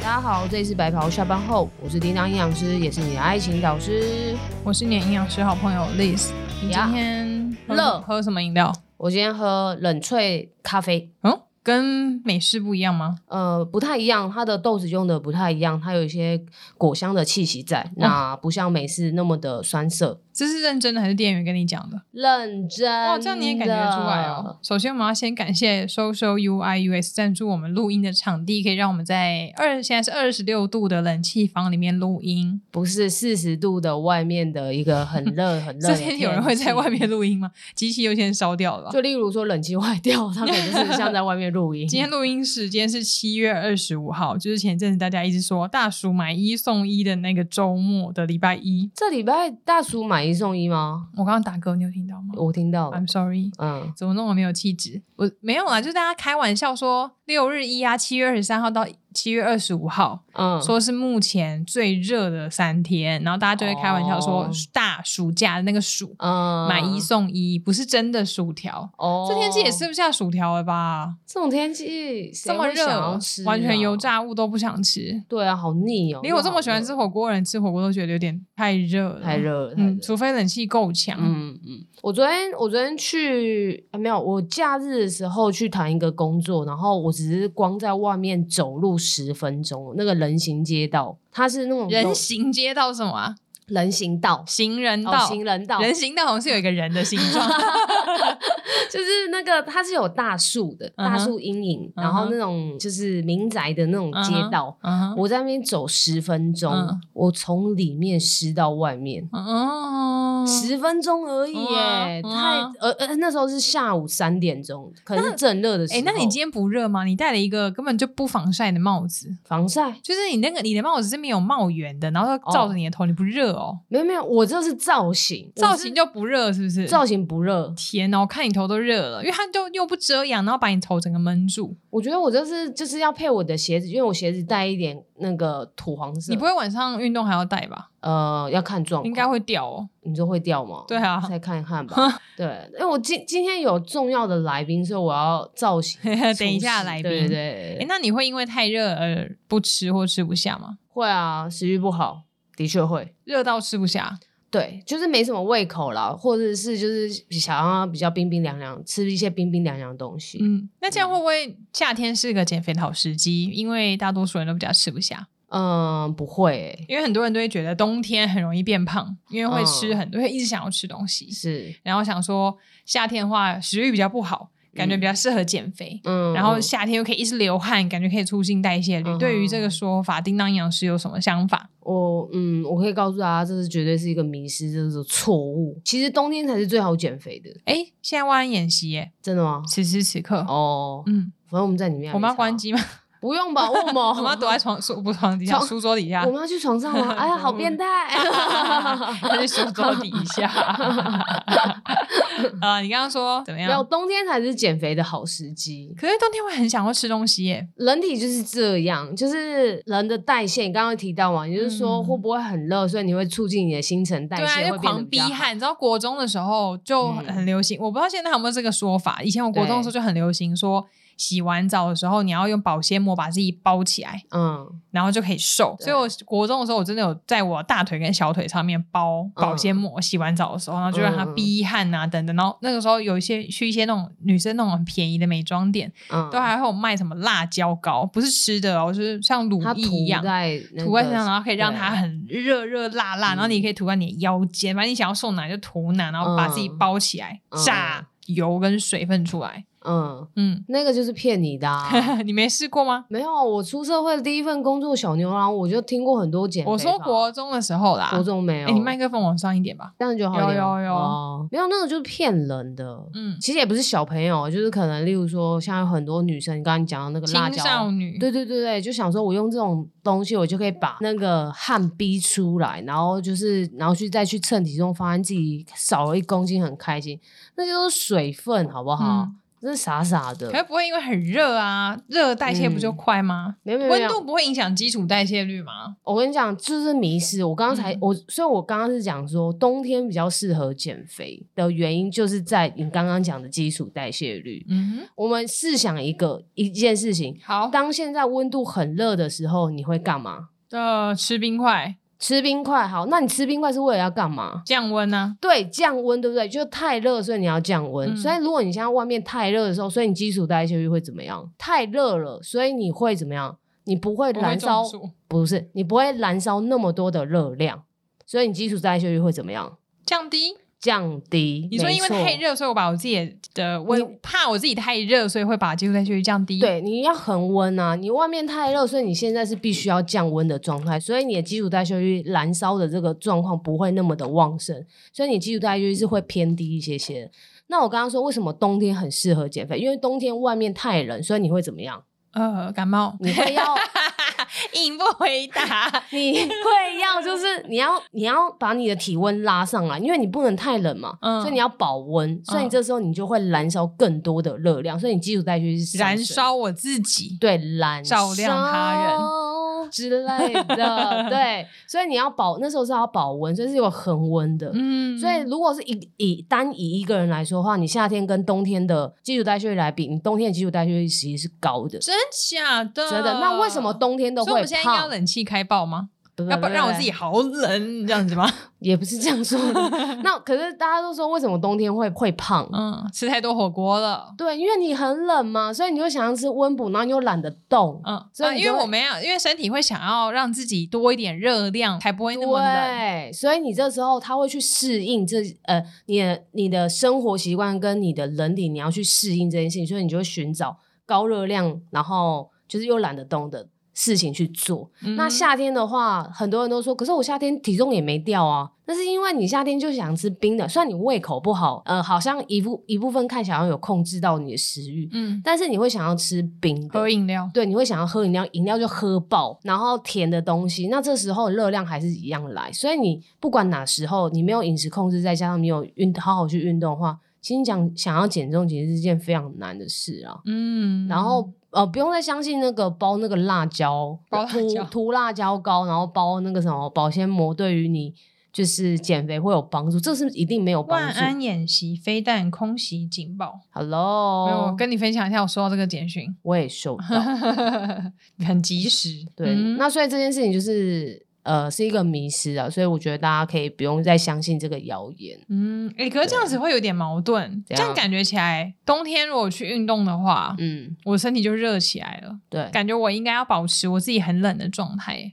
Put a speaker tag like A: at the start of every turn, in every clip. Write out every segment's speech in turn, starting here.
A: 大家好，这里是白袍下班后，我是叮当营养师，也是你的爱情导师。
B: 我是你的营养师好朋友 Liz。你
A: 呀
B: 今天喝
A: 乐
B: 喝什么饮料？
A: 我今天喝冷萃咖啡，
B: 嗯，跟美式不一样吗？
A: 呃，不太一样，它的豆子用的不太一样，它有一些果香的气息
B: 哦
A: 在，那不像美式那么的酸涩。
B: 这是认真的还是店员跟你讲的？
A: 认真
B: 哇，哦这样你也感觉出来哦。。首先，我们要先感谢 Social UIUS 赞助我们录音的场地，可以让我们在二现在是二十六度的冷气房里面录音。
A: 不是四十度的外面的一个很热很热
B: 这
A: 的
B: 天
A: 天
B: 有人会在
A: 气
B: 外面录音吗？机器又先烧掉了吧。
A: 就例如说冷气坏掉，他可能就是像在外面录音。
B: 今天录音时间是七月二十五号，就是前阵子大家一直说大叔买一送一的那个周末的礼拜一。
A: 这礼拜大叔买一送一吗？
B: 我刚刚打嗝，你有听到吗
A: 我听到了
B: ？I'm，sorry，
A: 嗯，
B: 怎么那么没有气质？我没有啦，就是大家开玩笑说六日一啊，七月二十三号到七月二十五号，
A: 嗯，
B: 说是目前最热的三天，然后大家就会开玩笑说
A: 哦
B: 大暑假的那个暑、
A: 嗯
B: 买一送一，不是真的薯条。
A: 哦，
B: 这天气也吃不下薯条了吧？
A: 这种天气，
B: 这么
A: 谁会想
B: 热
A: 要吃，啊
B: 完全油，炸物都不想吃。
A: 对啊，好腻哦。
B: 连我这么喜欢吃
A: 又好
B: 火锅的人吃火锅都觉得有点太热了，
A: 热，太，热了，太热
B: 嗯，
A: 了。
B: 除非冷气够强，
A: 嗯嗯，我昨天我昨天去、啊没有，我假日的时候去谈一个工作，然后我只是光在外面走路十分钟，那个人行街道，它是那种
B: 人行街道是什么啊？
A: 人行道，
B: 行人
A: 哦
B: 道，
A: 行人道，
B: 人行道好像是有一个人的形状，
A: 就是那个它是有大树的，
B: 嗯哼
A: 大树阴影，然
B: 嗯
A: 后
B: 哼
A: 那种就是民宅的那种街道。
B: 嗯哼，
A: 我在那边走十分钟，
B: 嗯
A: 我从里面湿到外面，
B: 哦，
A: 十分钟而已耶，
B: 嗯啊嗯
A: 太
B: 啊
A: 呃呃那时候是下午三点钟，可能是正热的时候。
B: 哎，那你今天不热吗？你戴了一个根本就不防晒的帽子，
A: 防晒
B: 就是你那个你的帽子是没有帽檐的，然后罩着你的头，你不热哦？
A: 没有没有，我这是造型，
B: 造
A: 我是
B: 型就不热是不是？
A: 造型不热，
B: 天哦，我看你头都热了，因为它就又不遮阳，然后把你头整个闷住。
A: 我觉得我这是就是要配我的鞋子，因为我鞋子带一点那个土黄色，
B: 你不会晚上运动还要戴吧？
A: 呃要看状况，
B: 应该会掉哦。
A: 你就会掉吗？
B: 对啊，
A: 再看一看吧。 对，因为我今今天有重要的来宾，所以我要造型出席。
B: 等一下来宾
A: 对对对
B: 哎、那你会因为太热而不吃或吃不下吗？
A: 会啊，食欲不好，的确会。
B: 热到吃不下，
A: 对，就是没什么胃口啦，或者是就是想要比较冰冰凉凉，吃一些冰冰凉凉的东西。
B: 嗯，那这样会不会夏天是个减肥的好时机？因为大多数人都比较吃不下，
A: 嗯，不会欸、
B: 因为很多人都会觉得冬天很容易变胖，因为会吃
A: 嗯
B: 很多，会一直想要吃东西，
A: 是，
B: 然后想说夏天的话食欲比较不好，感觉比较适合减肥。
A: 嗯，
B: 然后夏天又可以一直流汗，感觉可以促进代谢率。
A: 嗯
B: 对于这个说法，叮当营养师有什么想法？
A: 我嗯，我可以告诉大家，这是绝对是一个迷失，这是错误。其实冬天才是最好减肥的，
B: 哎，现在万安演习耶，
A: 真的吗？
B: 此时此刻，
A: 哦，
B: 嗯，
A: 反正我们在里面，
B: 我们要关，机吗？
A: 不用吧？为什么？
B: 我们要躲在床书不是床底下，
A: 哦床
B: 书桌底下
A: 我，们要去床上吗？哎呀，好变 态！
B: 要去书桌底 下。啊，你刚刚说怎 么
A: 没有，
B: 样？
A: 冬天才是减肥的好时机。
B: 可是冬天会很想要吃东西耶。
A: 人体就是这样，就是人的代谢，你刚刚有提到嘛，也就是说
B: 嗯
A: 会不会很热，所以你会促进你的新陈代
B: 对啊，
A: 谢，
B: 就
A: 会变得
B: 狂
A: 比
B: 逼
A: 较好。
B: 汗。你知道国中的时候就
A: 嗯
B: 很流行，我不知道现在有没有这个说法。以前我国中的时候就很流行说，洗完澡的时候你要用保鲜膜把自己包起来，
A: 嗯，
B: 然后就可以瘦。
A: 对
B: 所以我国中的时候，我真的有在我大腿跟小腿上面包保鲜膜，洗完澡的时候，然后就让它
A: 嗯
B: 逼汗啊等等。然后那个时候有一些去一些那种女生那种很便宜的美妆店，
A: 嗯
B: 都还会有卖什么辣椒膏，不是吃的哦，就是像乳
A: 它
B: 液
A: 涂
B: 一样。
A: 在那个
B: 涂在身上，然后可以让它
A: 对
B: 很热热辣辣，
A: 嗯
B: 然后你可以涂在你的腰间，反正你想要瘦哪就涂哪，然后把自己包起来，
A: 嗯
B: 炸油跟水分出来。
A: 嗯，
B: 嗯，
A: 那个就是骗你的、啊。
B: 你没试过吗？
A: 没有，啊我出社会的第一份工作小牛郎，我就听过很多减肥法。
B: 我说国中的时候啦，
A: 国中没有，
B: 哎，你麦克风往上一点吧。
A: 这样就好一点吗
B: 有有有
A: 哦，没有那个就是骗人的。
B: 嗯，
A: 其实也不是小朋友，就是可能例如说，像有很多女生，刚刚你讲的那个辣
B: 青少
A: 椒，啊
B: 女，
A: 对对对对，就想说我用这种东西，我就可以把那个汗逼出来，然后就是然后去再去称体重，发现自己少了一公斤，很开心，那些都是水分，好不好？
B: 嗯
A: 真的傻傻的
B: 可。是不会因为很热啊，热代谢不就快吗？
A: 没有没有，没
B: 温
A: 有
B: 度不会影响基础代谢率吗？
A: 我跟你讲，就是迷失。我刚刚才、
B: 嗯
A: 我，所以我刚刚是讲说，冬天比较适合减肥的原因，就是在你刚刚讲的基础代谢率。
B: 嗯
A: 我们试想一个一件事情，
B: 哼，好
A: 当现在温度很热的时候，你会干嘛？
B: 呃，吃冰块
A: 吃冰块。好，那你吃冰块是为了要干嘛？
B: 降温啊，
A: 对，降温，对不对？就太热，所以你要降温。
B: 嗯
A: 所以如果你现在外面太热的时候，所以你基础代谢率会怎么样？太热了，所以你会怎么样？你不会
B: 我会
A: 燃
B: 中
A: 烧
B: 暑。
A: 不是，你不会燃烧那么多的热量，所以你基础代谢率会怎么样？
B: 降低，
A: 降低。
B: 你说
A: 没
B: 因为
A: 错
B: 太，热，所以我把我自己的我
A: 你
B: 怕我自己太热，所以会把基础代谢率降低。，
A: 对，你要恒温啊！你外面太热，所以你现在是必须要降温的状态，所以你的基础代谢率燃烧的这个状况不会那么的旺盛，所以你基础代谢率是会偏低一些些的。那我刚刚说为什么冬天很适合减肥，因为冬天外面太冷，所以你会怎么样？
B: 呃，感冒，
A: 你会要
B: 硬不回 答。
A: 你会要就是你要你要把你的体温拉上来，因为你不能太冷嘛，
B: 嗯
A: 所以你要保温，所以你这时候你就会燃烧更多的热量，所以你基础代谢率是上
B: 燃
A: 升
B: 烧我自己，
A: 对燃
B: 照亮他人
A: 人之类 的，对，所以你要保那时候是要保温，所以是有恒温的。
B: 嗯
A: 所以，如果是以以单以一个人来说的话，你夏天跟冬天的基础代谢率来比，你冬天的基础代谢率其实是高的，
B: 真假的？
A: 真的。那为什么冬天都
B: 嗯所以
A: 会
B: 我
A: 胖？
B: 们现在应该要冷气开爆吗？
A: 不
B: 要不让我自己好冷这样子吗？
A: 也不是这样说 的。那可是大家都说，为什么冬天会会胖？
B: 嗯，吃太多火锅了。
A: 对，因为你很冷嘛，所以你就想要吃温补，然后你又懒得动。
B: 嗯，
A: 所以
B: 啊
A: 你
B: 因
A: 就
B: 为
A: 会
B: 我没有，因为身体会想要让自己多一点热量，才不会那么冷。
A: 对，所以你这时候他会去适应这呃，你的你的生活习惯跟你的人体，你要去适应这件事情，所以你就会寻找高热量，然后就是又懒得动的事情去做。
B: 嗯
A: 那夏天的话，很多人都说，可是我夏天体重也没掉啊。那是因为你夏天就想吃冰的，虽然你胃口不好，呃，好像一部一部分看起来好像有控制到你的食欲，
B: 嗯，
A: 但是你会想要吃冰的
B: 喝。饮料，
A: 对，你会想要喝饮料，饮料就喝爆，然后甜的东西，那这时候热量还是一样来，所以你不管哪时候你没有饮食控制，再加上你有运好好去运动的话，其实你讲想要减重其实是件非常难的事啊。
B: 嗯，
A: 然后呃，不用再相信那个包那个辣椒，
B: 包辣椒
A: 涂涂辣椒膏，然后包那个什么保鲜膜，对于你就是减肥会有帮助，这是一定没有帮
B: 万
A: 助。
B: 安演习飞弹空袭警报。没有，
A: Hello，
B: 我跟你分享一下，我收到这个简讯，
A: 我也受到，
B: 很及时。
A: 对，
B: 嗯
A: 那所以这件事情就是呃是一个迷失啊，所以我觉得大家可以不用再相信这个谣言。
B: 嗯，诶、可是这样子会有点矛盾，这
A: 怎
B: 样
A: 样
B: 感觉起来，冬天如果去运动的话，
A: 嗯，
B: 我身体就热起来了，
A: 对，
B: 感觉我应该要保持我自己很冷的状态。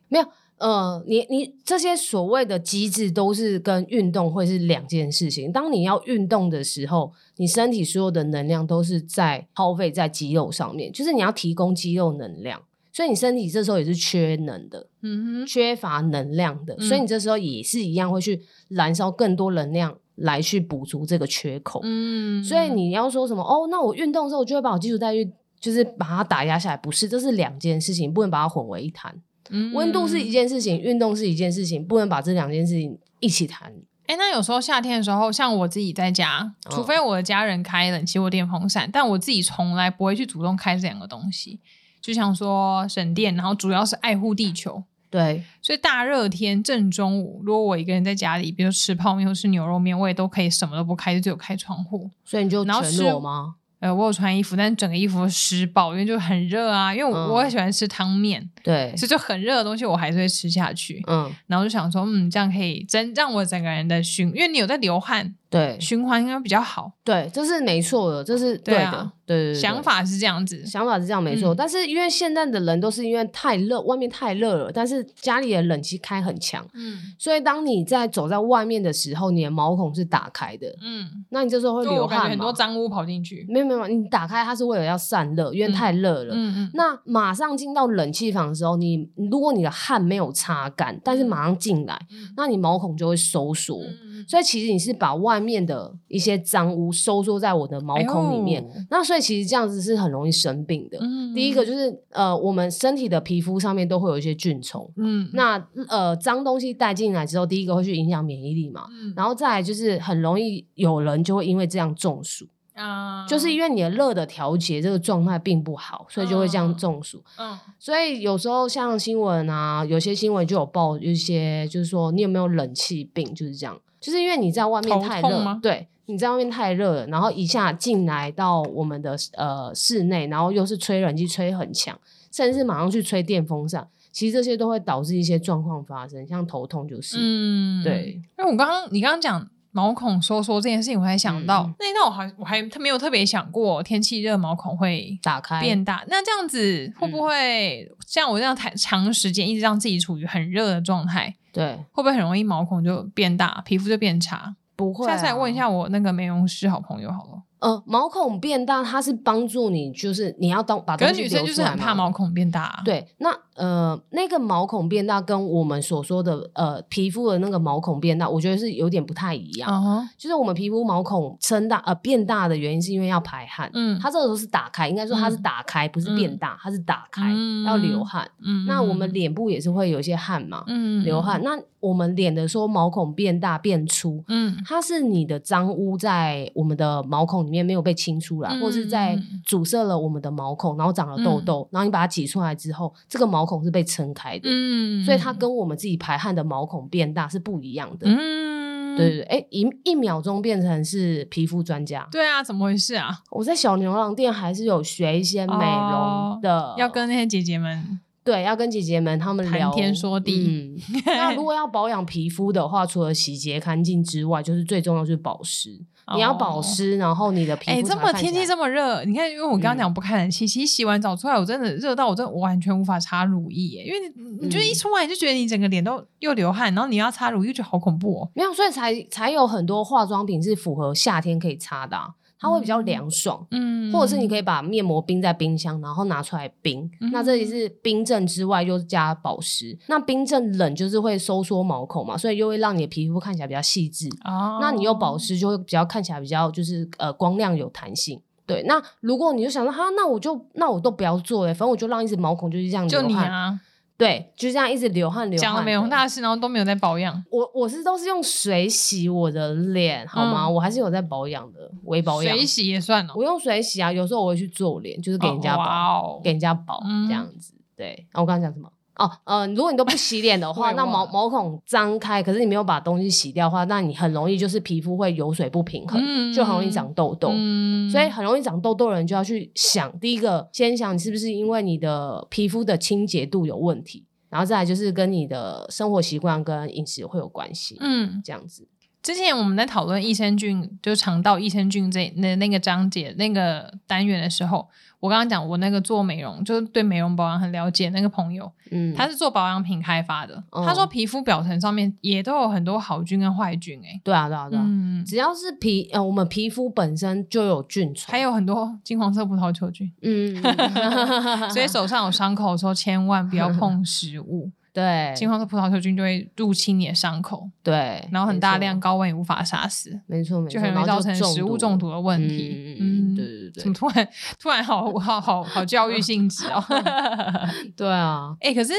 A: 呃，你你这些所谓的机制都是跟运动会是两件事情。当你要运动的时候，你身体所有的能量都是在耗费在肌肉上面，就是你要提供肌肉能量，所以你身体这时候也是缺能的，
B: 嗯哼，
A: 缺乏能量的，所以
B: 嗯
A: 你这时候也是一样会去燃烧更多能量来去补足这个缺口。
B: 嗯，
A: 所以你要说什么哦？那我运动之后，我就会把我基础代谢率就是把它打压下来，不是，这是两件事情，不能把它混为一谈。
B: 嗯
A: 温度是一。件事情，运动是一件事情，不能把这两件事情一起谈。
B: 哎、那有时候夏天的时候，像我自己在家，
A: 哦
B: 除非我的家人开冷气或电风扇，但我自己从来不会去主动开这两个东西，就想说省电，然后主要是爱护地球。
A: 对，
B: 所以大热天正中午，如果我一个人在家里，比如吃泡面或吃牛肉面，我也都可以什么都不开，就只有开窗户。
A: 所以你就
B: 然后
A: 全
B: 是
A: 裸吗？
B: 呃，我有穿衣服，但整个衣服都湿爆，因为就很热啊。因为我
A: 嗯
B: 我很喜欢吃汤面，
A: 对，
B: 所以就很热的东西我还是会吃下去。
A: 嗯，
B: 然后就想说，嗯，这样可以真让我整个人的循，因为你有在流汗，
A: 对
B: 循环应该比较好。
A: 对，这是没错的，这是
B: 对
A: 对
B: 啊
A: 的，对对对对
B: 想法是这样子，
A: 想法是这样没错，
B: 嗯
A: 但是因为现在的人都是因为太热，外面太热了，但是家里的冷气开很强，
B: 嗯
A: 所以当你在走在外面的时候，你的毛孔是打开的，
B: 嗯，
A: 那你这时候会
B: 就
A: 流
B: 我感觉
A: 汗
B: 很
A: 嘛
B: 多？脏污跑进去。
A: 没有没有，你打开它是为了要散热，因为太热了。
B: 嗯嗯，
A: 那马上进到冷气房的时候，你如果你的汗没有擦干，但是马上进来，
B: 嗯
A: 那你毛孔就会收缩。
B: 嗯嗯
A: 所以其实你是把外面的一些脏污收缩在我的毛孔里面，
B: 哎呦
A: 那所以其实这样子是很容易生病的。
B: 嗯
A: 第一个就是呃，我们身体的皮肤上面都会有一些菌虫，
B: 嗯
A: 那呃脏东西带进来之后，第一个会去影响免疫力嘛，
B: 嗯
A: 然后再来就是很容易有人就会因为这样中暑。
B: 嗯，
A: 就是因为你的热的调节这个状态并不好，所以就会这样
B: 嗯
A: 中暑。
B: 嗯
A: 所以有时候像新闻啊，有些新闻就有报一些，就是说你有没有冷气病，就是这样，就是因为你在外面
B: 头
A: 太
B: 痛
A: 热
B: 吗，
A: 对，你在外面太热了，然后一下进来到我们的呃室内，然后又是吹冷气吹很强，甚至马上去吹电风扇，其实这些都会导致一些状况发生，像头痛就是，
B: 嗯，
A: 对。
B: 因为我刚刚你刚刚讲毛孔收缩这件事情，我还想到，
A: 嗯
B: 那那我还我还特没有特别想过天气热毛孔会
A: 打开
B: 变大。那这样子会不会、
A: 嗯
B: 像我这样太长时间一直让自己处于很热的状态，
A: 对，
B: 会不会很容易毛孔就变大，皮肤就变差？
A: 不会、啊。
B: 下次来问一下我那个美容师好朋友好了。
A: 呃，毛孔变大，它是帮助你，啊就是你要当把
B: 可
A: 东
B: 是
A: 西
B: 女生
A: 流
B: 就是
A: 出来
B: 很
A: 嘛
B: 怕毛孔变大、，啊
A: 对，那呃，那个毛孔变大跟我们所说的呃皮肤的那个毛孔变大，我觉得是有点不太一样。
B: 嗯哼，
A: 就是我们皮肤毛孔撑大呃变大的原因，是因为要排汗。
B: 嗯
A: 它这个时候是打开，应该说它是
B: 嗯
A: 打开，不是变
B: 嗯
A: 大，它是打开、
B: 嗯
A: 要流汗。
B: 嗯
A: 那我们脸部也是会有一些汗嘛，
B: 嗯
A: 流汗。，那我们脸的说毛孔变大变粗，
B: 嗯
A: 它是你的脏污在我们的毛孔里面没有被清出来，
B: 嗯
A: 或是在阻塞了我们的毛孔，然后长了痘痘，然后你把它挤出来之后，这个毛孔是被撑开的，
B: 嗯，
A: 所以它跟我们自己排汗的毛孔变大是不一样的。
B: 嗯
A: 对对对，哎，一一秒钟变成是皮肤专家。
B: 对啊，怎么回事啊？
A: 我在小牛郎店还是有学一些美容
B: 哦
A: 的，
B: 要跟那些姐姐们，
A: 对要跟姐姐们她们
B: 谈
A: 聊
B: 天说地。
A: 嗯， 那如果要保养皮肤的话，除了洗洁干净之外，就是最重要就是保湿。你要保
B: 哦。
A: 湿，然后你的皮
B: 哎、
A: 肤
B: 这
A: 才
B: 么
A: 会看起来。嗯
B: 天气这么热，你看，因为我刚刚讲不开冷气，其实洗完澡出来，我真的热到我真的完全无法擦乳液耶，因为你你
A: 嗯
B: 觉得一出来就觉得你整个脸都又流汗，然后你要擦乳液，就觉得好恐怖哦。
A: 没有，所以才才有很多化妆品是符合夏天可以擦的、啊，它会比较凉爽。
B: 嗯
A: 或者是你可
B: 以，
A: 以把面膜冰在冰箱，然后拿出来冰。那这里是
B: 嗯
A: 冰镇之外，又加保湿。那冰镇冷就是会收缩毛孔嘛，所以又会让你的皮肤看起来比较细致。
B: 哦、
A: 那你又保湿，就会比较看起来比较就是呃光亮有弹性。对，那如果你就想说哈，那我就那我都不要做了，反正我就让一直毛孔就是这样嗯流
B: 就
A: 汗，
B: 你啊，
A: 对，就这样一直流汗流汗。
B: 讲了美容大师，然后都没有在保养，
A: 我我是都是用水洗我的脸，好吗？
B: 嗯
A: 我还是有在保养的，微保养
B: 水。洗也算了，
A: 我用水洗啊，有时候我会去做脸，就是给人家
B: 哦
A: 保，
B: 哇哦
A: 给人家保、
B: 嗯
A: 这样子。对，啊、我刚刚讲什么？哦，呃，如果你都不洗脸 的
B: 我
A: 话，
B: 也
A: 那毛
B: 忘了
A: 毛孔张开，可是你没有把东西洗掉的话，那你很容易就是皮肤会油水不平衡，
B: 嗯
A: 就很容易长痘痘。
B: 嗯
A: 所以很容易长痘痘的人就要去想，第一个先想你是不是因为你的皮肤的清洁度有问题，然后再来就是跟你的生活习惯跟饮食会有关系，
B: 嗯，
A: 这样子。
B: 之前我们在讨论益生菌，就是肠道益生菌这那那个章节那个单元的时候，我刚刚讲我那个做美容，就是对美容保养很了解那个朋友，
A: 嗯，
B: 他是做保养品开发的，
A: 嗯
B: 他说皮肤表层上面也都有很多好菌跟坏菌、欸，
A: 对啊，对啊，对啊，
B: 嗯，
A: 只要是皮呃，我们皮肤本身就有菌虫，
B: 还有很多金黄色葡萄球菌，
A: 嗯，
B: 所以手上有伤口的时候，千万不要碰食物，
A: 对
B: 金黄色葡萄球菌就会入侵你的伤口，
A: 对，
B: 然后很大量
A: 没错，
B: 高温也无法杀死，
A: 没错没错，
B: 就很容易
A: 然
B: 造
A: 后
B: 成食物中毒的问题。
A: 嗯嗯嗯，对对
B: 怎
A: 对，
B: 么突然突然好好好好教育性质 哦？
A: 嗯对啊，
B: 哎、可是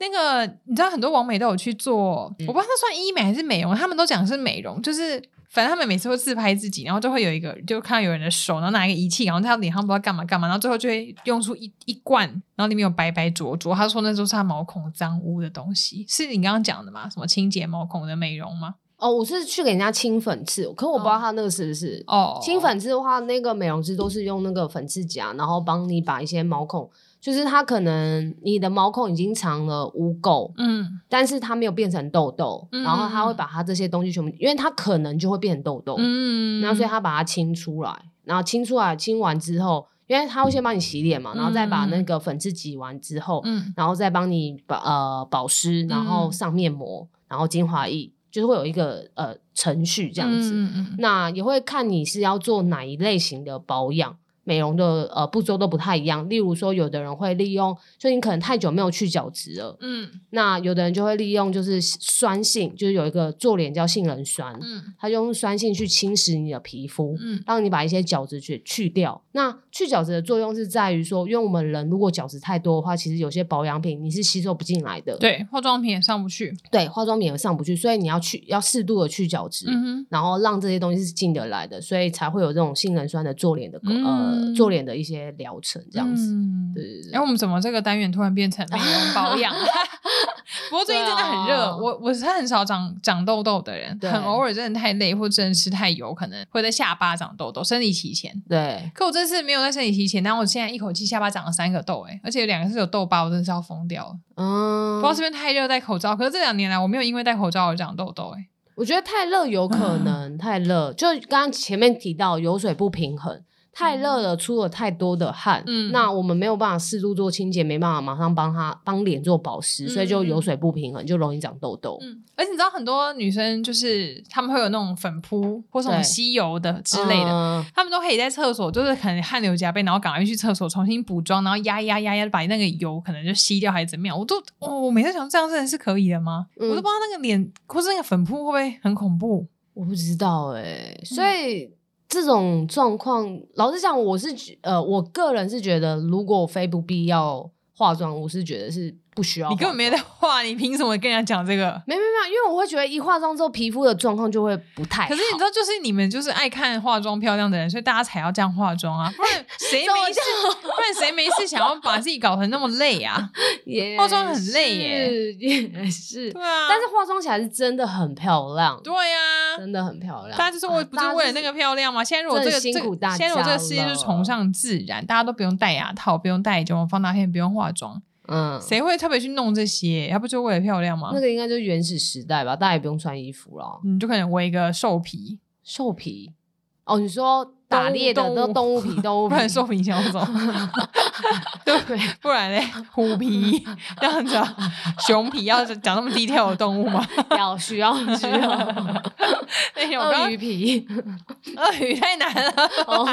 B: 那个你知道很多网美都有去做，
A: 嗯
B: 我不知道那算医美还是美容，他们都讲是美容，就是反正他们每次会自拍自己，然后就会有一个就看到有人的手，然后拿一个仪器，然后在他脸上不知道干嘛干嘛，然后最后就会用出一一罐，然后里面有白白浊浊，他说那就是他毛孔脏污的东西，是你刚刚讲的吗？什么清洁毛孔的美容吗？
A: 哦，我是去给人家清粉刺，可我不知道他那个是不是
B: 哦，
A: 清粉刺的话，那个美容师都是用那个粉刺夹，然后帮你把一些毛孔，就是它可能你的毛孔已经长了污垢，
B: 嗯，
A: 但是它没有变成痘痘，
B: 嗯
A: 然后他会把它这些东西全部，因为它可能就会变成痘痘，
B: 嗯嗯，
A: 然后所以他把它清出来，然后清出来清完之后，因为他会先帮你洗脸嘛，然后再把那个粉刺挤完之后，
B: 嗯
A: 然后再帮你保呃保湿，然后上面膜，然后精华液，就是会有一个呃程序这样子。
B: 嗯嗯嗯
A: 那也会看你是要做哪一类型的保养。美容的呃步骤都不太一样。例如说，有的人会利用，就你可能太久没有去角质了，
B: 嗯
A: 那有的人就会利用就是酸性，就是有一个做脸叫杏仁酸，
B: 嗯
A: 它就用酸性去侵蚀你的皮肤。
B: 嗯
A: 让你把一些角质去去掉。那去角质的作用是在于说，因为我们人如果角质太多的话，其实有些保养品你是吸收不进来的，
B: 对，化妆品也上不去。
A: 对化妆品也上不去，所以你要去要适度的去角质。
B: 嗯
A: 然后让这些东西是进得来的，所以才会有这种杏仁酸的做脸的、呃
B: 嗯
A: 做脸的一些疗程
B: 这
A: 这样子。
B: 嗯
A: 对对对
B: 哎、我们怎么这个单元突然变成美容保 养？不过最近真的很热，
A: 对啊
B: 我我是很少长长痘痘的人，
A: 对
B: 很偶尔真的太累或真的吃太油，可能会在下巴长痘痘，生理期前。
A: 对，
B: 可我这次没有在生理期前，但我现在一口气下巴长了三个痘、哎，而且有两个是有痘疤，我真的是要疯掉了。
A: 嗯
B: 不知，道是不是太热戴口罩，可是这两年来我没有因为戴口罩而长痘痘、哎，
A: 我觉得太热有
B: 嗯
A: 可能、太热，就刚刚前面提到油水不平衡，太热了出了太多的汗，
B: 嗯
A: 那我们没有办法适度做清洁，没办法马上帮它帮脸做保湿，
B: 嗯
A: 所以就油水不平衡，就容易长痘痘。
B: 嗯，而且你知道很多女生就是她们会有那种粉扑或什么
A: 对
B: 吸油的之类的，
A: 嗯
B: 他们都可以在厕所，就是可能汗流浃背，然后赶快去厕所重新补妆，然后压压压压，把那个油可能就吸掉还是怎么样。我都我、我每次想这样真的是可以的吗？
A: 嗯
B: 我都不知道那个脸或是那个粉扑会不会很恐怖。
A: 我不知道哎、所
B: 嗯
A: 以这种状况，老实讲，我是觉呃，我个人是觉得，如果非不必要化妆，我是觉得是不需要化
B: 你
A: 妆。
B: 根本没在画，你凭什么跟人家讲这个？
A: 没没没，因为我会觉得一化妆之后，皮肤的状况就会不太好。
B: 可是你知道，就是你们就是爱看化妆漂亮的人，所以大家才要这样化妆啊，不然 谁
A: 怎么
B: 没事，不然谁没事想要把自己搞成那么累啊？
A: 也
B: 化妆很累耶
A: 是，也是。
B: 对 啊，
A: 但是化妆起来是真的很漂亮，
B: 对啊呀、
A: 真的很漂亮。啊
B: 大家就说我不是为了那个漂亮吗？现在如果这个
A: 真的辛
B: 这个
A: 苦大家
B: 现在如果这个世界就是崇尚自然，大家都不用戴牙套，不用戴这种放大片，不用化妆，
A: 嗯，
B: 谁啊会特别去弄这些？要不就为了漂亮吗
A: 那？个应该就是原始时代吧，大家也不用穿衣服了。
B: 你就可能围一个兽皮，
A: 兽皮哦，你说打猎的
B: 动物
A: 都动物皮，动物
B: 不
A: 皮，
B: 然兽皮想要走，
A: 对，
B: 不然嘞虎皮这样子啊，熊皮要讲那么低调的 动物吗？
A: 要需要需 要。
B: 哎我
A: 鳄
B: 刚
A: 鱼 皮
B: 鳄鱼太难了，
A: 哦，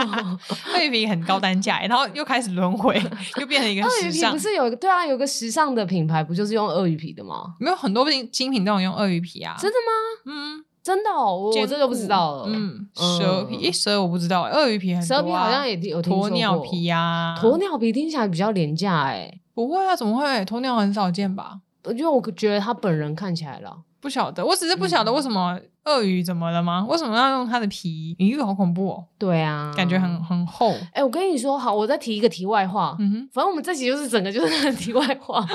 B: 鳄鱼皮很高单价，然后又开始轮回，又变成一个
A: 鳄鱼
B: 时
A: 皮
B: 尚
A: 不。是有一个对啊，有个时尚的品牌不就是用鳄鱼皮的吗？
B: 没有很多精精品都有用鳄鱼皮啊，
A: 真的吗？
B: 嗯，
A: 真的哦，我我这就不知道了。
B: 嗯，
A: 嗯
B: 蛇皮，诶蛇我不知道，鳄鱼皮很多啊
A: 蛇皮好像也听有听说过
B: 鸵鸟皮啊，
A: 鸵鸟皮听起来比较廉价哎，
B: 不会啊，怎么会？鸵鸟很少见吧？
A: 我觉得我觉得他本人看起来了，
B: 不晓得，我只是不晓得
A: 嗯
B: 为什么鳄鱼怎么了吗？为什么要用它的皮？鱼好恐怖哦，
A: 对啊，
B: 感觉很很厚。
A: 哎，我跟你说好，我再提一个题外话，
B: 嗯哼，
A: 反正我们这集就是整个就是那个题外 话。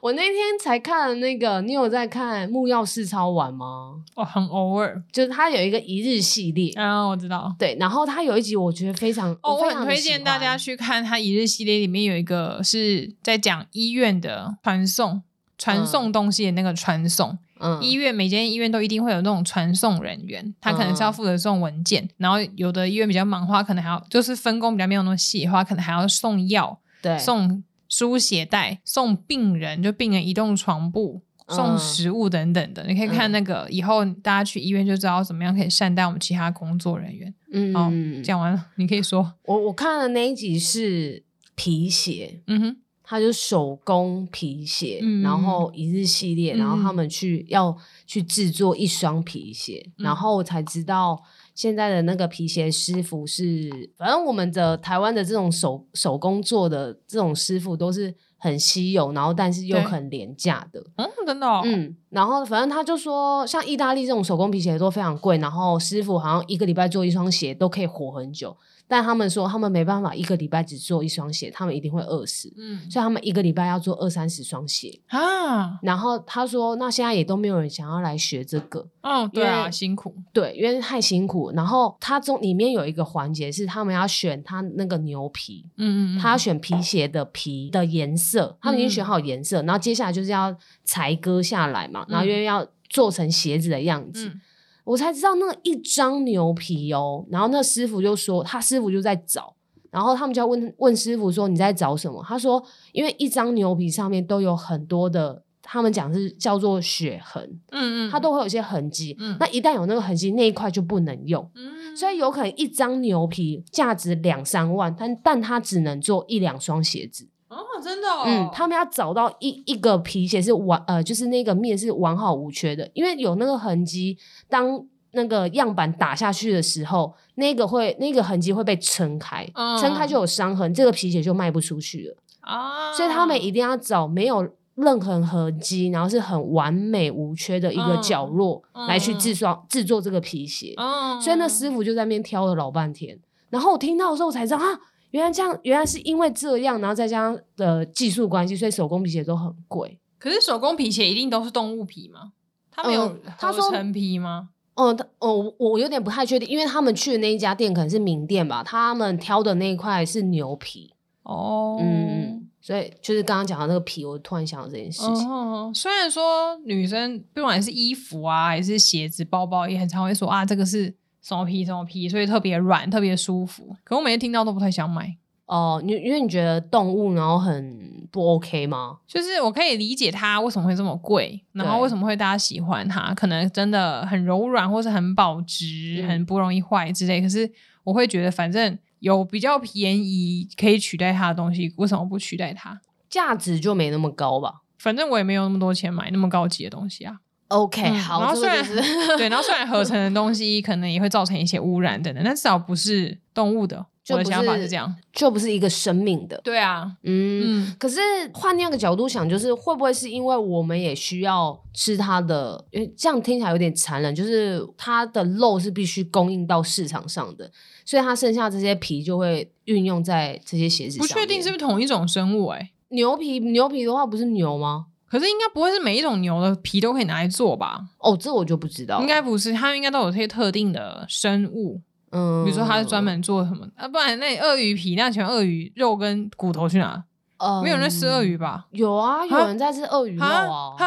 A: 我那天才看那个，你有在看《木曜四超玩》吗？
B: 哦，很偶尔。
A: 就是它有一个一日系列，
B: 啊，我知道。
A: 对，然后它有一集我觉得非常，
B: 哦，我
A: 非常
B: 很
A: 地
B: 推
A: 喜
B: 荐大家
A: 欢
B: 去看它一日系列，里面有一个是在讲医院的传送。传送东西的那个传送，
A: 嗯
B: 医院每间医院都一定会有那种传送人员，他可能是要负责送文件，
A: 嗯
B: 然后有的医院比较忙的话，可能还要就是分工比较没有那么细的话，可能还要送药、
A: 对
B: 送输血带、送病人，就病人移动床布、
A: 嗯
B: 送食物等等的。你可以看
A: 嗯
B: 那个以后大家去医院就知道怎么样可以善待我们其他工作人员。哦
A: 嗯，
B: 讲完了，你可 以说，
A: 我我看的那一集是皮鞋，
B: 嗯哼，
A: 它就是手工皮鞋，
B: 嗯
A: 然后一日系列，然后他
B: 嗯
A: 们去要去制作一双皮鞋，
B: 嗯
A: 然后我才知道。现在的那个皮鞋师傅是，反正我们的台湾的这种手手工做的这种师傅都是很稀有，然后但是又
B: 对
A: 很廉价的。
B: 嗯，真的、哦，
A: 嗯，然后反正他就说，像意大利这种手工皮鞋都非常贵，然后师傅好像一个礼拜做一双鞋都可以活很久，但他们说他们没办法一个礼拜只做一双鞋，他们一定会饿死，
B: 嗯
A: 所以他们一个礼拜要做二三十双鞋。
B: 啊，
A: 然后他说，那现在也都没有人想要来学这个，
B: 哦，对
A: 因
B: 啊，
A: 为
B: 辛苦，
A: 对，因为太辛苦。然后他中里面有一个环节是他们要选他那个牛皮，
B: 嗯嗯嗯，
A: 他要选皮鞋的皮的颜色，他
B: 嗯
A: 们已经选好颜色，然后接下来就是要裁割下来嘛，然后
B: 嗯
A: 因为要做成鞋子的样子，
B: 嗯
A: 我才知道那一张牛皮哦。然后那师傅就说，他师傅就在找，然后他们就要问问师傅说你在找什么？他说，因为一张牛皮上面都有很多的他们讲是叫做血痕，
B: 嗯嗯，
A: 它都会有一些痕迹。
B: 嗯
A: 那一旦有那个痕迹，那一块就不能用。
B: 嗯，
A: 所以有可能一张牛皮价值两三万，但但它只能做一两双鞋子。
B: 哦，真的哦，
A: 嗯，他们要找到一一个皮鞋是完呃，就是那个面是完好无缺的，因为有那个痕迹，当那个样板打下去的时候，那个会那个痕迹会被撑开，
B: 嗯
A: 撑开就有伤痕，这个皮鞋就卖不出去了。
B: 啊，
A: 所以他们一定要找没有任何痕迹，然后是很完美无缺的一个
B: 嗯
A: 角落、
B: 嗯
A: 来去制作制作这个皮鞋。
B: 嗯，
A: 所以那师傅就在那边挑了老半天。然后我听到的时候，我才知道啊，原来这样，原来是因为这样，然后再加上呃技术关系，所以手工皮鞋都很贵。
B: 可是手工皮鞋一定都是动物皮吗？他们有
A: 嗯他说
B: 合成皮吗？
A: 哦、他哦，我我有点不太确定，因为他们去的那一家店可能是名店吧，他们挑的那一块是牛皮，
B: 哦，
A: 嗯，所以就是刚刚讲的那个皮，我突然想到这件事情，
B: 哦，虽然说女生不管是衣服啊，还是鞋子、包包，也很常会说啊，这个是什么皮什么皮，所以特别软，特别舒服。可我每次听到都不太想买。
A: 哦、你因为你觉得动物然后很不 OK 吗？
B: 就是我可以理解它为什么会这么贵，然后
A: 对
B: 为什么会大家喜欢它，可能真的很柔软，或是很保值，
A: 嗯
B: 很不容易坏之类。可是我会觉得，反正有比较便宜可以取代它的东西，为什么不取代它？
A: 价值就没那么高吧
B: 反正我也没有那么多钱买那么高级的东西啊。
A: ？OK，、
B: 嗯
A: 哎好，
B: 然后
A: 这
B: 虽
A: 个
B: 然
A: 就是
B: 对，然后虽然合成的东西可能也会造成一些污染等等，但至少不是动物的。
A: 就
B: 我的
A: 不
B: 想法
A: 是
B: 是这样。
A: 就不是一个生命的，
B: 对啊，
A: 嗯
B: 嗯，
A: 可是换另一个角度想，就是会不会是因为我们也需要吃它的？因为这样听起来有点残忍，就是它的肉是必须供应到市场上的，所以它剩下这些皮就会运用在这些鞋子上
B: 不
A: 面。
B: 确定是不是同一种生物哎、
A: 牛皮，牛皮的话不是牛吗？
B: 可是应该不会是每一种牛的皮都可以拿来做吧？
A: 哦，这我就不知道。
B: 应该，不是，它应该都有些特定的生物，
A: 嗯
B: 比如说它是专，门做什么啊？不然那鳄鱼皮，那全鳄鱼肉跟骨头去哪？
A: 嗯
B: 没有人在吃鳄鱼？吧？
A: 有啊，有人在吃鳄鱼肉
B: 啊
A: 啊，
B: 啊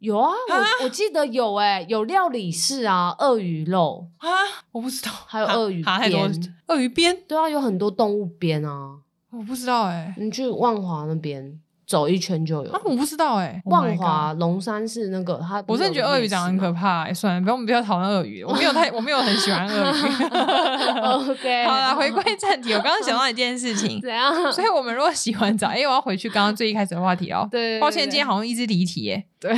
A: 有啊，我我记得有哎、有料理是啊，鳄鱼肉，
B: 啊！我不知道，
A: 还有
B: 哈
A: 鳄鱼
B: 哈太多
A: 鞭
B: 鳄鱼鞭，
A: 对啊，有很多动物边啊。
B: 我不知道哎、
A: 你去万华那边走一圈就有。
B: 啊，我不知道哎、Oh my
A: 万
B: god
A: 嗯华龙山寺那个，它
B: 我真的觉得鳄鱼长得很可怕、欸，算了，不要我们不要讨论鳄鱼，我没有太我没有很喜欢鳄鱼。
A: OK，
B: 好啦，回归正题，我刚刚想到一件事情，
A: 怎样？
B: 所以我们如果洗完澡，因为我要回去刚刚最一开始的话题哦。
A: 对，
B: 抱歉，今天好像一直离题耶。
A: 对，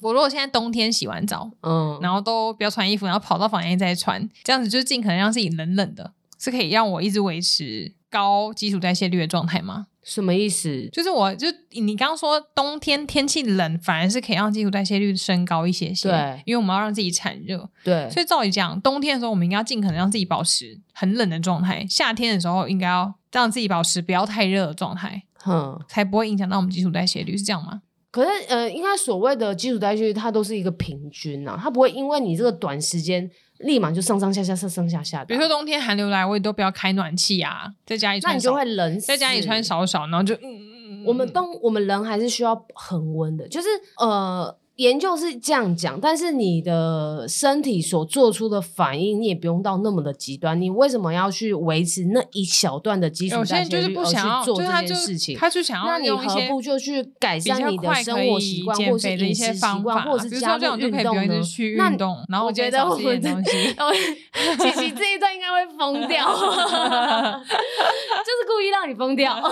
B: 我如果现在冬天洗完澡，
A: 嗯，
B: 然后都不要穿衣服，然后跑到房间再穿，这样子就是尽可能让自己冷冷的，是可以让我一直维持高基础代谢率的状态吗？
A: 什么意思？
B: 就是我就你刚刚说冬天天气冷，反而是可以让基础代谢率升高一些些，
A: 对
B: 因为我们要让自己产热。
A: 对，
B: 所以照理讲，冬天的时候我们应该要尽可能让自己保持很冷的状态，夏天的时候应该要让自己保持不要太热的状态，
A: 哼，
B: 才不会影响到我们基础代谢率，是这样吗？
A: 可是呃，应该所谓的基础代谢率，它都是一个平均啊，它不会因为你这个短时间立马就上上下下上上下下的啊，
B: 比如说冬天寒流来，我也都不要开暖气啊，在家里
A: 那
B: 穿
A: 你就
B: 少，
A: 会冷死，
B: 在家里穿少少，然后就嗯嗯嗯，
A: 我们
B: 嗯
A: 动我们人还是需要恒温的，就是呃，研究是这样讲，但是你的身体所做出的反应，你也不用到那么的极端。你为什么要去维持那一小段的基础
B: 有些
A: 代
B: 人就
A: 谢
B: 是
A: 率
B: 不
A: 而
B: 想要，
A: 哦去做
B: 就是他
A: 这
B: 就
A: 件事情？
B: 他就想
A: 那
B: 要
A: 你
B: 用一
A: 何
B: 些
A: 不就去改
B: 比较
A: 善你的
B: 快可
A: 生
B: 以
A: 活习惯，
B: 减
A: 或是
B: 肥的一
A: 饮
B: 些
A: 食
B: 方
A: 习
B: 法，
A: 惯，或是
B: 比如
A: 加
B: 说这
A: 入
B: 种就可
A: 运
B: 以不用
A: 动
B: 一
A: 呢
B: 直？去
A: 那
B: 运动，然后
A: 我觉
B: 减
A: 得
B: 少
A: 我
B: 吃一点
A: 们
B: 东西。
A: 哦，琪琪这一段应该会疯 掉，就是故意让你疯 掉。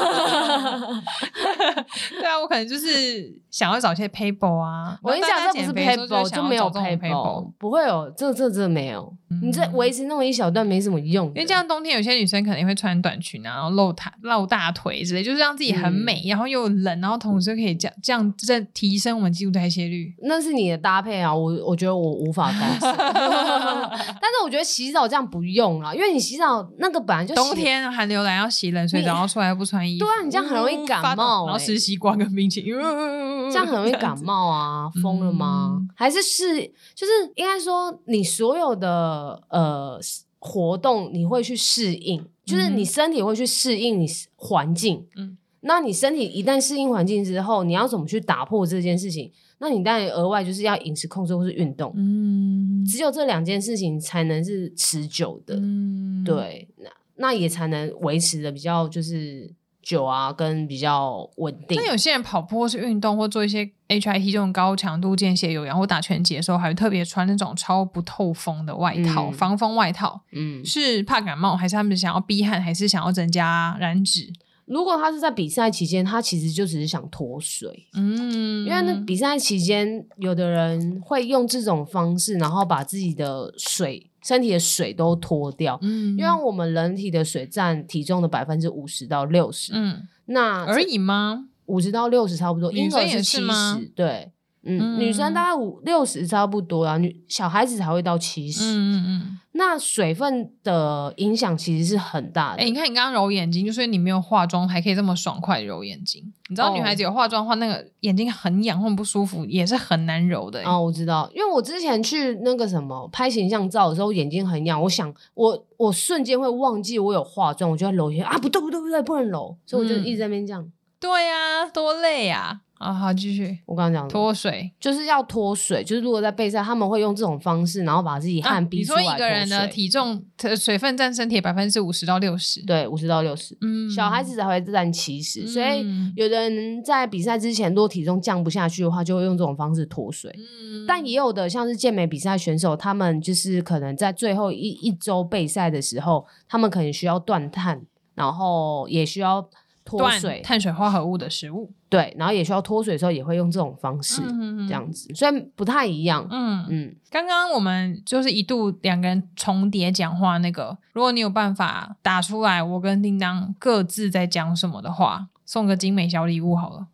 B: 对啊，我可能就是想要找一些 paper 啊。
A: 我跟你讲，这不是 paper，
B: 就
A: 就没有
B: paper，
A: paper，不会有，这这这没有。你这维持那么一小段没什么用的，
B: 嗯因为这样冬天有些女生可能也会穿短裙啊，然后露大露大腿之类，就是让自己
A: 嗯
B: 很美，然后又冷，然后同时又可以这样这样这提升我们基础代谢率。
A: 那是你的搭配啊，我我觉得我无法干涉。 但是我觉得洗澡这样不用了，因为你洗澡那个本来就洗
B: 冬。天寒流来要洗冷水澡，然后出来又不穿衣服，
A: 对啊你这样很容易感冒
B: 发抖
A: 欸
B: 然后吃西瓜跟冰淇淋，
A: 这
B: 这
A: 样很容易感
B: 子。
A: 冒啊，疯了吗？
B: 嗯
A: 还是是就是应该说你所有的呃活动你会去适应，就是你身体会去适应你环境，
B: 嗯
A: 嗯，那你身体一旦适应环境之后，你要怎么去打破这件事情？那你当然额外就是要饮食控制或是运动，
B: 嗯
A: 只有这两件事情才能是持久的，
B: 嗯，
A: 对，那那也才能维持的比较就是久啊，跟比较稳定
B: 那。有些人跑步或是运动或做一些 HIT 这种高强度间歇有氧或打拳击的时候，还会特别穿那种超不透风的外套、
A: 嗯
B: 防风外套，
A: 嗯，
B: 是怕感冒，还是他们想要逼汗，还是想要增加燃脂？
A: 如果他是在比赛期间，他其实就只是想脱水，
B: 嗯，
A: 因为那比赛期间，有的人会用这种方式，然后把自己的水、身体的水都脱掉。因
B: 嗯，
A: 为我们人体的水占体重的百分之五十到六十、
B: 嗯
A: 那
B: 而已吗？
A: 五十到六十差不多，
B: 女
A: 婴
B: 生
A: 儿
B: 也是
A: 七
B: 吗
A: 十，对，嗯，
B: 嗯
A: 女生大概五六十差不多啊，女小孩子才会到七
B: 嗯
A: 十、
B: 嗯嗯。
A: 那水分的影响其实是很大的，
B: 哎、你看你刚刚揉眼睛，就是你没有化妆还可以这么爽快地揉眼睛。你知道
A: 哦
B: 女孩子有化妆的话，那个眼睛很痒或很不舒服，也是很难揉的、欸。
A: 哦，我知道，因为我之前去那个什么拍形象照的时候，眼睛很痒，我想我我瞬间会忘记我有化妆，我就在揉一下啊，不对不对不对，不能揉，所以我就
B: 嗯
A: 一直在那边这样。
B: 对呀、多累呀、啊！好，继续
A: 我刚刚讲的
B: 脱水。
A: 就是要脱水，就是如果在备赛，他们会用这种方式，然后把自己
B: 啊
A: 汗逼
B: 你
A: 出
B: 说
A: 来、
B: 一个人的，体重呃水分占身体百分之五十到六十，
A: 对，五十到六十、
B: 嗯
A: 小孩子才会占七十，所以
B: 嗯
A: 有的人在比赛之前，如果体重降不下去的话，就会用这种方式脱水。
B: 嗯
A: 但也有的像是健美比赛选手，他们就是可能在最后一一周备赛的时候，他们可能需要断碳，然后也需要脱
B: 断
A: 水，
B: 碳水化合物的食物
A: 对，然后也需要脱水的时候也会用这种方式，
B: 嗯
A: 这。样子，虽然不太一样，
B: 嗯，
A: 嗯，
B: 刚刚我们就是一度两个人重叠讲话，那个如果你有办法打出来，我跟叮当各自在讲什么的话，送个精美小礼物好了。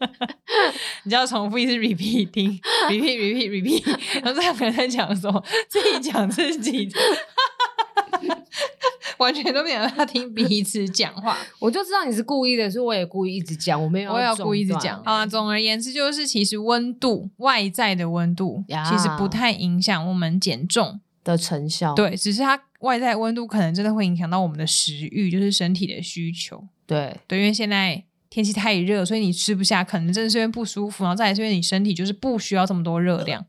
B: 你只要重复一次 repeat 听 repeat repeat repeat，然后这两个人在讲什么，自己讲自己的， 完全都没有让他听彼此讲话。
A: 我就知道你是故意的，所以我也故意一直讲，我没有
B: 我也要
A: 中
B: 故意的
A: 断
B: 讲啊。总而言之，就是其实温度外在的温度
A: 呀
B: 其实不太影响我们减重，
A: 的成效，
B: 对，只是它外在温度可能真的会影响到我们的食欲，就是身体的需求。
A: 对
B: 对，因为现在天气太热，所以你吃不下，可能真的是因为不舒服，然后再来是因为你身体就是不需要这么多热量，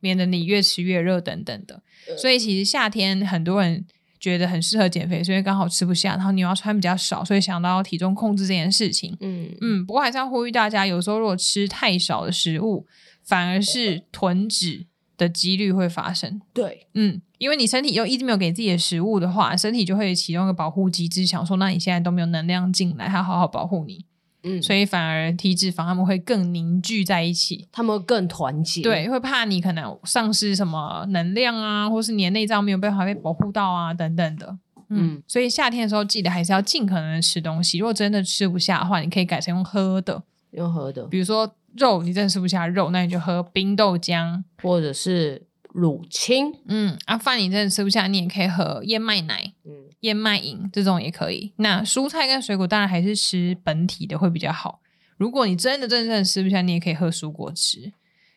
B: 免得你越吃越热等等的。所以其实夏天很多人觉得很适合减肥，是因为刚好吃不下，然后你又要穿比较少，所以想到体重控制这件事情。
A: 嗯
B: 嗯，不过还是要呼吁大家，有时候如果吃太少的食物，反而是囤脂的几率会发生。
A: 对，
B: 嗯，因为你身体又一直没有给自己的食物的话，身体就会启动一个保护机制，想说那你现在都没有能量进来，它好好保护你，
A: 嗯，所
B: 所
A: 以
B: 以反而体脂肪它们会更凝聚在一起。
A: 他们会更团结，
B: 对，会怕你可能丧失什么能量啊，或是你的内脏没有办法被保护到啊，等等的。嗯
A: 嗯，
B: 所以夏天的时候记得还是要尽可能地吃东西。如果真的吃不下的话，你可以改成用喝的，
A: 用喝的，
B: 比如说肉，你真的吃不下肉，那你就喝冰豆浆。
A: 或者是乳清，
B: 嗯，啊，饭你真的吃不下，你也可以喝燕麦奶、
A: 嗯
B: 燕麦饮这种也可以。那蔬菜跟水果当然还是吃本体的会比较好。如果你真的真正吃不下，你也可以喝蔬果汁。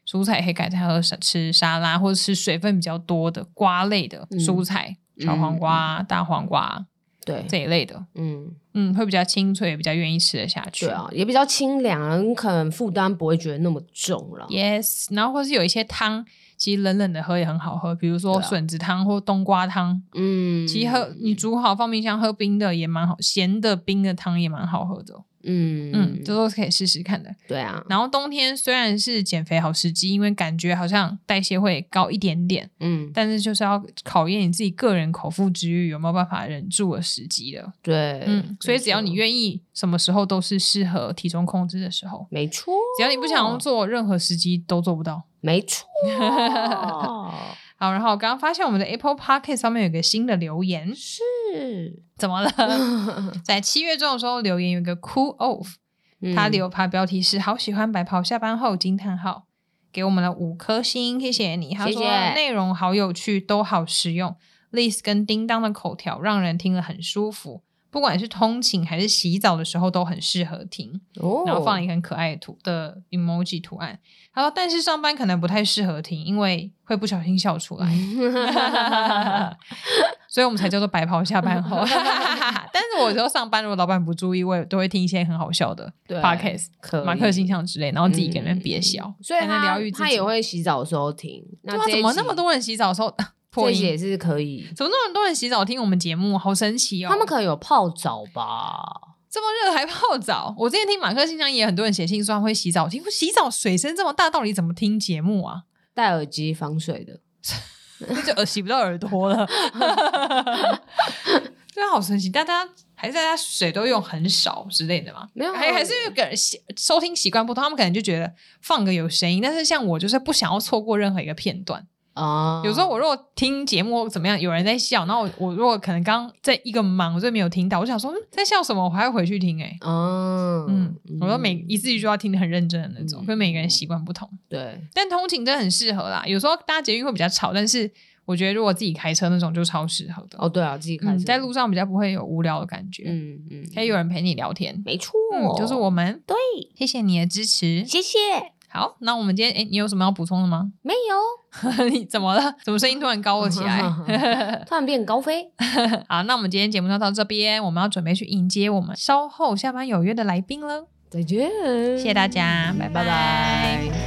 B: 蔬菜也可以改成喝沙吃沙拉，或者吃水分比较多的瓜类的
A: 嗯
B: 蔬菜，小黄瓜啊、大黄瓜啊
A: 对，
B: 这一类的，
A: 嗯。
B: 嗯，会比较清脆，也比较愿意吃得下去。
A: 对啊，也比较清凉啊，你可能负担不会觉得那么重了。
B: Yes，然后或是有一些汤，其实冷冷的喝也很好喝，比如说
A: 对啊
B: 笋子汤或冬瓜汤。
A: 嗯，
B: 其实喝你煮好放冰箱喝冰的也蛮好，咸的冰的汤也蛮好喝的哦。
A: 嗯
B: 嗯，这都是可以试试看的。
A: 对啊，
B: 然后冬天虽然是减肥好时机，因为感觉好像代谢会高一点点，
A: 嗯，
B: 但是就是要考验你自己个人口腹之欲有没有办法忍住的时机了。
A: 对，
B: 嗯，所以只要你
A: 意，
B: 愿意，什么时候都是适合体重控制的时候。
A: 没错，
B: 只要你不
A: 哦
B: 想做，任何时机都做不到。
A: 没错，
B: 好，然后我刚刚发现我们的 Apple p o c k e t 上面有一个新的留言，
A: 是，
B: 怎么了？ 在七月中的时候留言有一个 Cool Off，他
A: 嗯
B: 留他标题是“好喜欢白袍下班后”惊叹号，给我们了五颗星，谢谢你。他
A: 谢
B: 说
A: 谢
B: 内容好有趣，都好实用。Liz 跟叮当的口条让人听了很舒服，不管是通勤还是洗澡的时候都很适合听。
A: 哦，
B: 然后放了一个很 可爱的图的 emoji 图案。他说，但是上班可能不太适合听，因为会不小心笑出来。 所以我们才叫做白袍下班后。 但是我有时候上班，如果老板不注意，我也都会听一些很好笑的
A: 对
B: podcast，
A: 可以嗯
B: 马克形象之类，然后自己给人憋笑，
A: 所以
B: 才能
A: 他
B: 疗愈自己。
A: 他也会洗澡的时候听，那
B: 对啊，
A: 这一
B: 怎么那么
A: 集？
B: 多人洗澡的时候？破
A: 这
B: 音
A: 些也是可以。
B: 怎么那么多人洗澡听我们节目，好神奇哦！
A: 他们可能有泡澡吧？
B: 这么热还泡澡？我之前听马克信箱也很多人写信说他会洗澡，听洗澡水声这么大，到底怎么听节目啊？
A: 戴耳机防水的，
B: 就耳洗不到耳朵了， 真的好神奇！大家还是大家水都用很少之类的嘛？
A: 没有啊
B: 还还是有个人习收听习惯不同，他们可能就觉得放个有声音，但是像我就是不想要错过任何一个片段。
A: 啊。
B: 有时候我如果听节目或怎么样，有人在笑，然后我我如果可能刚在一个忙，我就没有听到，我想说、嗯、在笑什么，我还要回去听哎、欸
A: 啊，
B: 嗯，我说每一字一句都要听得很认真的那种，
A: 嗯
B: 跟每个人习惯不同。
A: 对
B: 但通勤真的很适合啦，有时候搭捷运会比较吵，但是我觉得如果自己开车那种就超适合的。
A: 哦，对啊，自己开
B: 嗯，
A: 车
B: 在路上比较不会有无聊的感觉，
A: 嗯哦嗯，
B: 可以有人陪你聊天。
A: 没错
B: 嗯，，就是我们，
A: 对，
B: 谢谢你的支持。
A: 谢谢，
B: 好，那我们今天，哎，你有什么要补充的吗？
A: 没有，
B: 你怎么了？怎么声音突然高了起来？
A: 突然变高飞，
B: 好，那我们今天节目就到这边，我们要准备去迎接我们稍后下班有约的来宾了。
A: 再见，
B: 谢谢大家，拜
A: 拜拜。